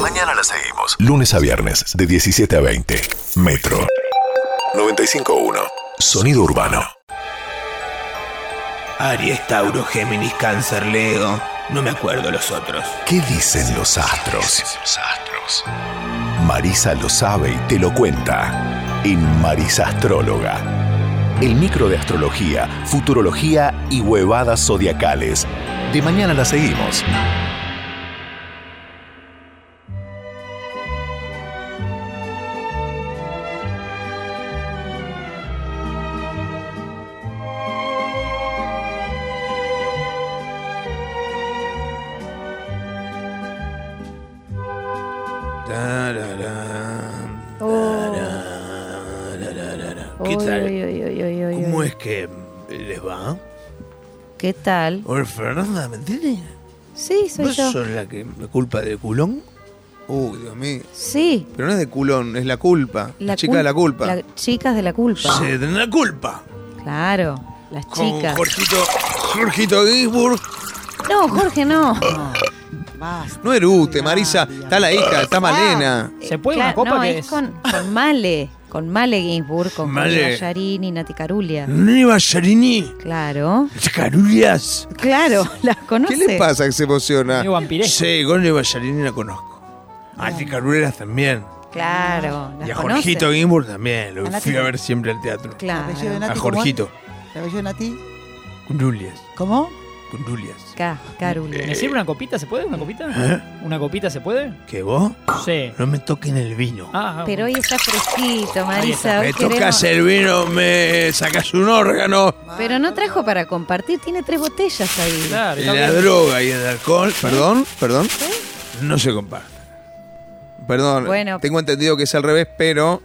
Mañana la seguimos. Lunes a viernes, de 17 a 20. Metro. 95.1. Sonido urbano. Aries, Tauro, Géminis, Cáncer, Leo. No me acuerdo los otros. ¿Qué dicen los astros? Marisa lo sabe y te lo cuenta. En Marisa Astróloga. El micro de astrología, futurología y huevadas zodiacales. De mañana la seguimos. Tararán, Oh. tararararara. Uy, ¿Qué tal? uy, uy, uy, uy, ¿Cómo uy. es que les va? ¿Qué tal? Hola Fernanda, ¿me entiendes? Sí, soy ¿Vos yo. sos la que me culpa de culón? Uy, Dios mío. Sí. Pero no es de culón, es la culpa. La, chica de la cul- culpa. la- chicas de la culpa. Se tendrá culpa. Claro, las Con chicas. Jorgito, Jorgito Gisburg. No, Jorge, no. Basta. No erute, Marisa. Está la hija, está Ah. Malena. ¿Se puede una copa no, que es es? con, con Male, con Male Ginsburg, con Male. Male. Yarini, Nati Carulia. Nueva Yarini. Claro, Carullas. claro, las ¿Qué conoces. le pasa que se emociona? Es vampiresco. Sí, con Nueva Yarini la conozco. A Nati Caruleras también. Claro, las Y a conoces. Jorgito Gimbur también. Lo A Nati- fui a ver siempre al teatro. Claro, Apellido de Nati. A ¿cómo es? Jorgito. ¿El apellido de Nati? Curulias. ¿Cómo? Curulias. Ca- Carulia. Eh, ¿Me sirve una copita? ¿Se puede? ¿Una copita? ¿Una copita se puede? ¿Que vos? Sí. No me toquen el vino. Ah, Pero hoy está fresquito, está. Marisa. hoy me tocas queremos- el vino, me sacas un órgano. Pero no trajo para compartir, tiene tres botellas ahí. claro. está La bien. droga y el alcohol, perdón, perdón, no se comparten. Perdón, Bueno. tengo entendido que es al revés, pero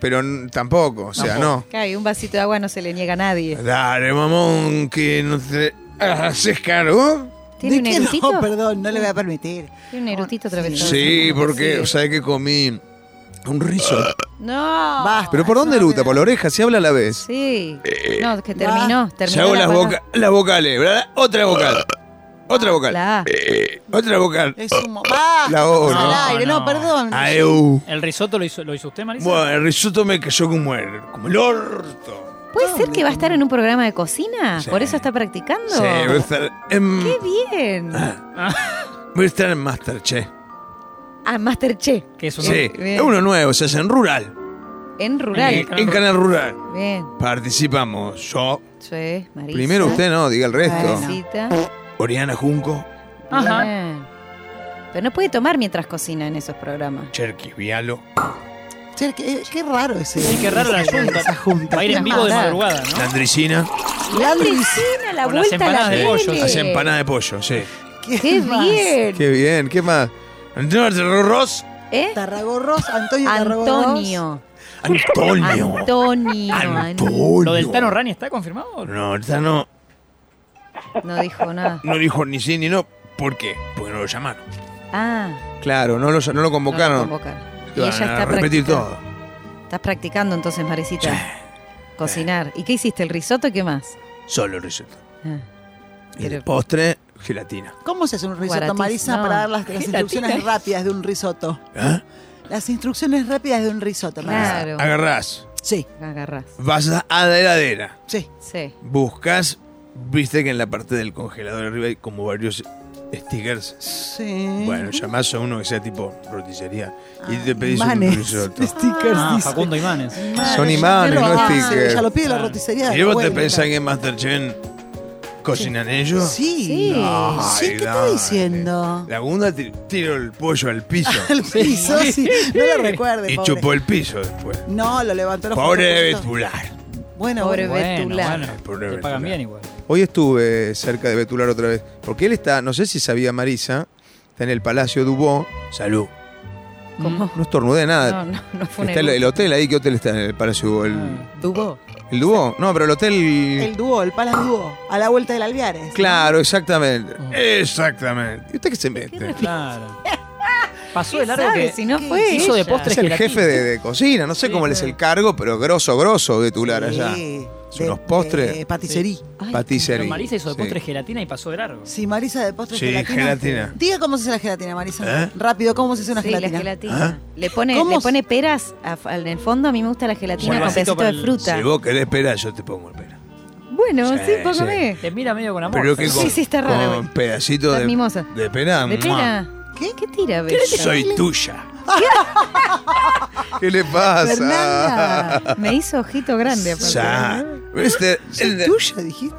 pero n- tampoco, o sea, no. Claro, y un vasito de agua no se le niega a nadie. Dale, mamón, que no te haces cargo. ¿Tiene ¿De un qué? erutito? No, perdón, no le voy a permitir. Tiene un erutito otra vez. Sí, porque sabes que comí un risotto. No. Basta. Pero ¿por dónde no, eruta? no. ¿Por la oreja? ¿Se habla a la vez? Sí. No, que terminó. terminó Eh, Se hago la las, pala- voca- las vocales, ¿verdad? Otra vocal. Otra vocal. La A. Eh, otra vocal. Es un... mo- ¡Basta! La O, al ¿no? aire, no, No, no. perdón. Aeu. ¿El risotto lo hizo, lo hizo usted, Marisa? Bueno, el risotto me cayó como el, como el orto. ¿Puede ser que va a estar en un programa de cocina? Sí. ¿Por eso está practicando? Sí, Ah. voy a estar en, ¡Qué bien! voy a estar en Masterchef. Ah, Masterchef. Que es un... Sí, bien. es uno nuevo, se hace en rural. En rural. Eh, En Canal Rural. Bien. Participamos yo. Sí, Marisa. Primero usted, no, diga el resto. Bueno. Maricita. Oriana Junco, Ajá. Bien. Pero no puede tomar mientras cocina en esos programas. Cherkis Vialo, Che, qué, qué raro ese. Sí, qué raro la junta. Esa junta. Va a ir en vivo de Claro. madrugada, ¿no? Landricina, Landry, Cocina la Con las vuelta a la empanadas de pollo. tele. las empanadas de pollo, sí. ¡Qué más? bien! Qué bien, ¿qué más? Antonio Ross, ¿Eh? Tarragorros, Antonio Tarragorros. Antonio. Antonio. Antonio. Antonio. ¿Lo del Tano Rani está confirmado? Ah, o no? No, el Tano No dijo nada. no dijo ni sí ni no. ¿Por qué? Porque no lo llamaron. Ah, Claro, no lo, no lo no lo convocaron. convocaron. Y Iban ella a está repetir practicando. todo. Estás practicando entonces, Marecita. Cocinar. ¿Y qué hiciste? ¿El risotto? y ¿Qué más? Solo risotto. Ah. Y Pero- el postre, gelatina. ¿Cómo se hace un risotto, Guaratiz, Marisa, no. para dar las, las Gelatina. instrucciones rápidas de un risotto? ¿Eh? Las instrucciones rápidas de un Ah. risotto, Marisa. Claro. Agarrás, Sí, Agarrás. vas a- a la heladera, sí. Sí. buscas, viste que en la parte del congelador arriba hay como varios stickers. Sí. Bueno, llamás a uno que sea tipo roticería y Ah, te pedís Imanes. un risotto. Stickers, Ah, dice. Facundo Imanes. Son imanes, Ella no lo hace, stickers. Ah. Ella lo pide la Claro. roticería. de ¿Y la vos te abuela. pensás que en Masterchef cocinan ellos? Sí. Sí. Ay, Sí, ¿qué está dale. diciendo? La gunda ti- tiró el pollo al piso Al piso, sí. No lo recuerde, y pobre. chupó el piso después. No, lo levantó. lo Pobre juntó, de lo juntó. Betular. Bueno, Pobre bueno. Bueno, Betular. Pobre bueno. Te Betular. pagan bien igual. Hoy estuve cerca de Betular otra vez, porque él está, no sé si sabía Marisa, está en el Palacio Dubó. Salud. ¿Cómo? No estornudé No, nada. no, no fue un Mm. está el, error. el hotel ahí, ¿qué hotel está en el Palacio Dubó? ¿El, Dubó. el Dubó? No, pero el hotel... Ah. El dúo, el palas dúo. A la vuelta del Alviares. Claro, exactamente. Exactamente. ¿Y usted qué se mete? Claro. Pasó ¿Qué el largo sabe que si no fue hizo de ella? postres Es el gelatina. jefe de, de cocina, no sé Sí, cómo le es claro. el cargo, pero grosso, grosso Betular allá. Sí. Son de- unos postres. de paticería. Ay, Patisserie. Pero Marisa hizo de Sí. postre gelatina y pasó de largo. Sí, Marisa de postres Sí, gelatina. gelatina. Diga cómo se hace la gelatina, Marisa. ¿Eh? Rápido, cómo se hace una sí, gelatina. la ¿Ah? gelatina. Le pone, ¿Cómo le se- pone peras a- en el fondo. A mí me gusta la gelatina Bueno, con vasito pedacito de para el- fruta. Si vos querés pera, yo te pongo el pera. Bueno, Sí, sí, póngame. Te mira medio con amor. Pero que Sí, con, sí, está raro, con güey. pedacito Está de, mimosa. de pera. ¿De ¡mua! pera? ¿Qué? ¿Qué tira, Bella? Soy tuya. ¿Qué le pasa? Fernanda. Me hizo ojito grande. aparte. Ya. ¿Viste? El- ¿Es tuyo, dijiste?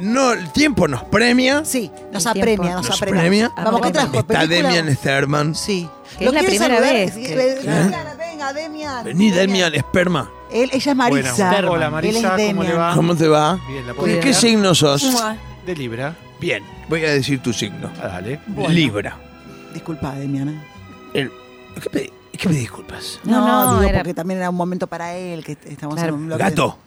no, el tiempo nos premia. Sí, nos El tiempo. apremia, nos, Nos apremia. premia. Vamos, ¿qué trajo? Está ¿Película? Demian Sterman. Sí. Que es la quiere primera saludar? vez Sí, que- ve- Claro. Demian, venga, Demian. Vení, Demian, esperma. Él- ella es Marisa. Bueno, Hola Marisa, Él es ¿cómo le Demian. va? ¿Cómo te va? Bien, la puedo ¿De Bien. qué mirar? signo sos? Ah. Mua. De Libra. Bien, voy a decir tu signo. Ah, dale. Libra. Disculpa, Demian. ¿eh? El- ¿Qué, me, qué me disculpas? No, no, digo, era- porque también era un momento para él, que estamos Claro. en un bloque de- Gato.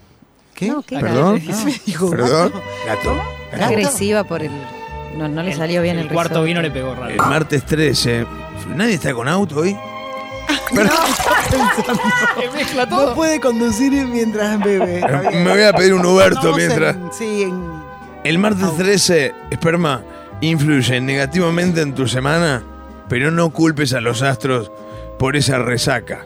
¿Qué? No, ¿qué ¿Perdón? gato? No. Dijo, Perdón. gato. Gato. Está Gato. agresiva por el. No, no le salió bien el, El cuarto risotto. vino le pegó raro. El martes 13. ¿Nadie está con auto hoy? No puede conducir mientras bebe. Me voy a pedir un Uberto Estamos mientras. en- sí, en... El martes 13, esperma, influye negativamente en tu semana, pero no culpes a los astros por esa resaca.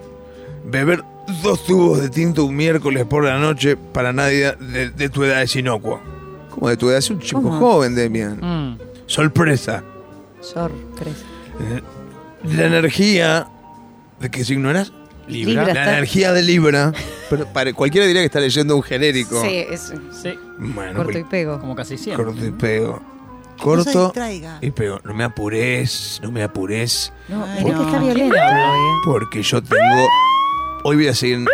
Beber dos tubos de tinto un miércoles por la noche para nadie de, de tu edad es inocuo. ¿Cómo de tu edad? Es un chico ¿Cómo? joven, Demian. Mm. Sorpresa. Sorpresa. La energía... ¿De qué signo eras? Libra. Libra. La está- energía de Libra. Pero para, cualquiera diría que está leyendo un genérico. Sí, es Sí, Bueno, corto y pero- pego. como casi siempre. corto y pego. No se Corto distraiga. y pego. Eh, No me apures, no me apures. No, Ay, mirá no. que está violenta hoy. eh. Porque yo tengo. Hoy voy a seguir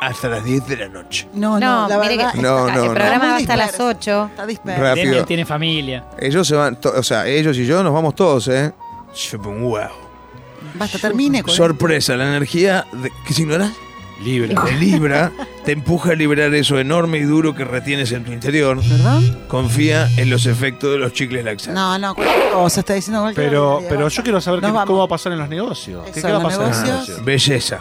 hasta las 10 de la noche. No, no, No, la mire verdad... que No, no, el no. programa va Vamos hasta las dispersos. 8. Está disperso. Rap. Demian rápido. tiene familia. Ellos se van, to- o sea, ellos y yo nos vamos todos, ¿eh? Yo pongo, wow. Basta, termine con... Sorpresa, la energía. De, ¿Qué signo eras? Libra. De Libra te empuja a liberar eso enorme y duro que retienes en tu interior. ¿Perdón? Confía en los efectos de los chicles laxantes. No, no, cualquier cosa, está diciendo cualquier Pero, barbaridad, pero basta. yo quiero saber Nos qué- vamos. cómo va a pasar en los negocios. ¿Qué, Eso, qué va los a pasar en los negocios. negocios? Ah, Belleza.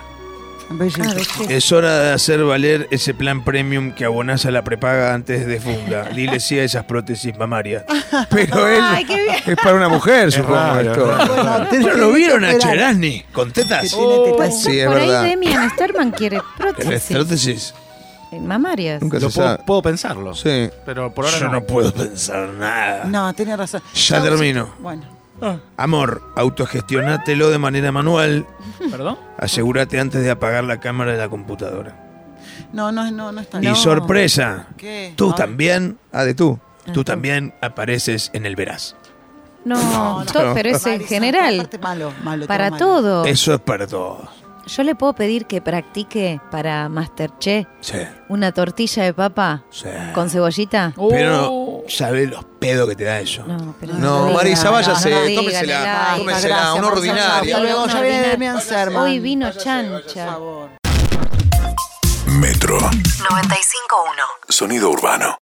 Belleza. Ah, belleza. Es hora de hacer valer ese plan premium que abonás a la prepaga antes de funda. Lile sí a esas prótesis mamarias. Pero él Ay, qué bien. es para una mujer, supongo raro, esto. es raro. Bueno, ¿Ustedes no tiene lo que vieron a esperar. Cherasni con tetas? Oh. Tiene tetas. Sí, es Pues Por ahí verdad. Demian Sterman quiere Las prótesis. Eh, prótesis Mamarias. nunca Lo se puedo, sabe. puedo pensarlo. Sí. Pero por ahora Yo no. no puedo pensar nada. No, tiene razón. Ya Chau, termino. sí. Bueno. Amor, autogestionátelo de manera manual. ¿Perdón? Asegúrate antes de apagar la cámara de la computadora. No, no, no, no está Y sorpresa, ¿Qué? tú Ay. también. Ah, de tú. Tú tú. también apareces en el veraz. No, No, to- no. pero es en Marisa, general. aparte Malo, malo. Para malo. todo. Eso es para todos. Yo le puedo pedir que practique para Masterchef Sí, una tortilla de papa sí. con cebollita. Pero no sabés los pedos que te da eso. No, pero No, diga, Marisa, váyase, no diga, tómesela, no diga. tómesela, Gracias, una Marisa, ordinaria. Hasta luego, ya viene Demian Serman. Hoy vino chancha. favor. Metro. 95.1. Sonido urbano.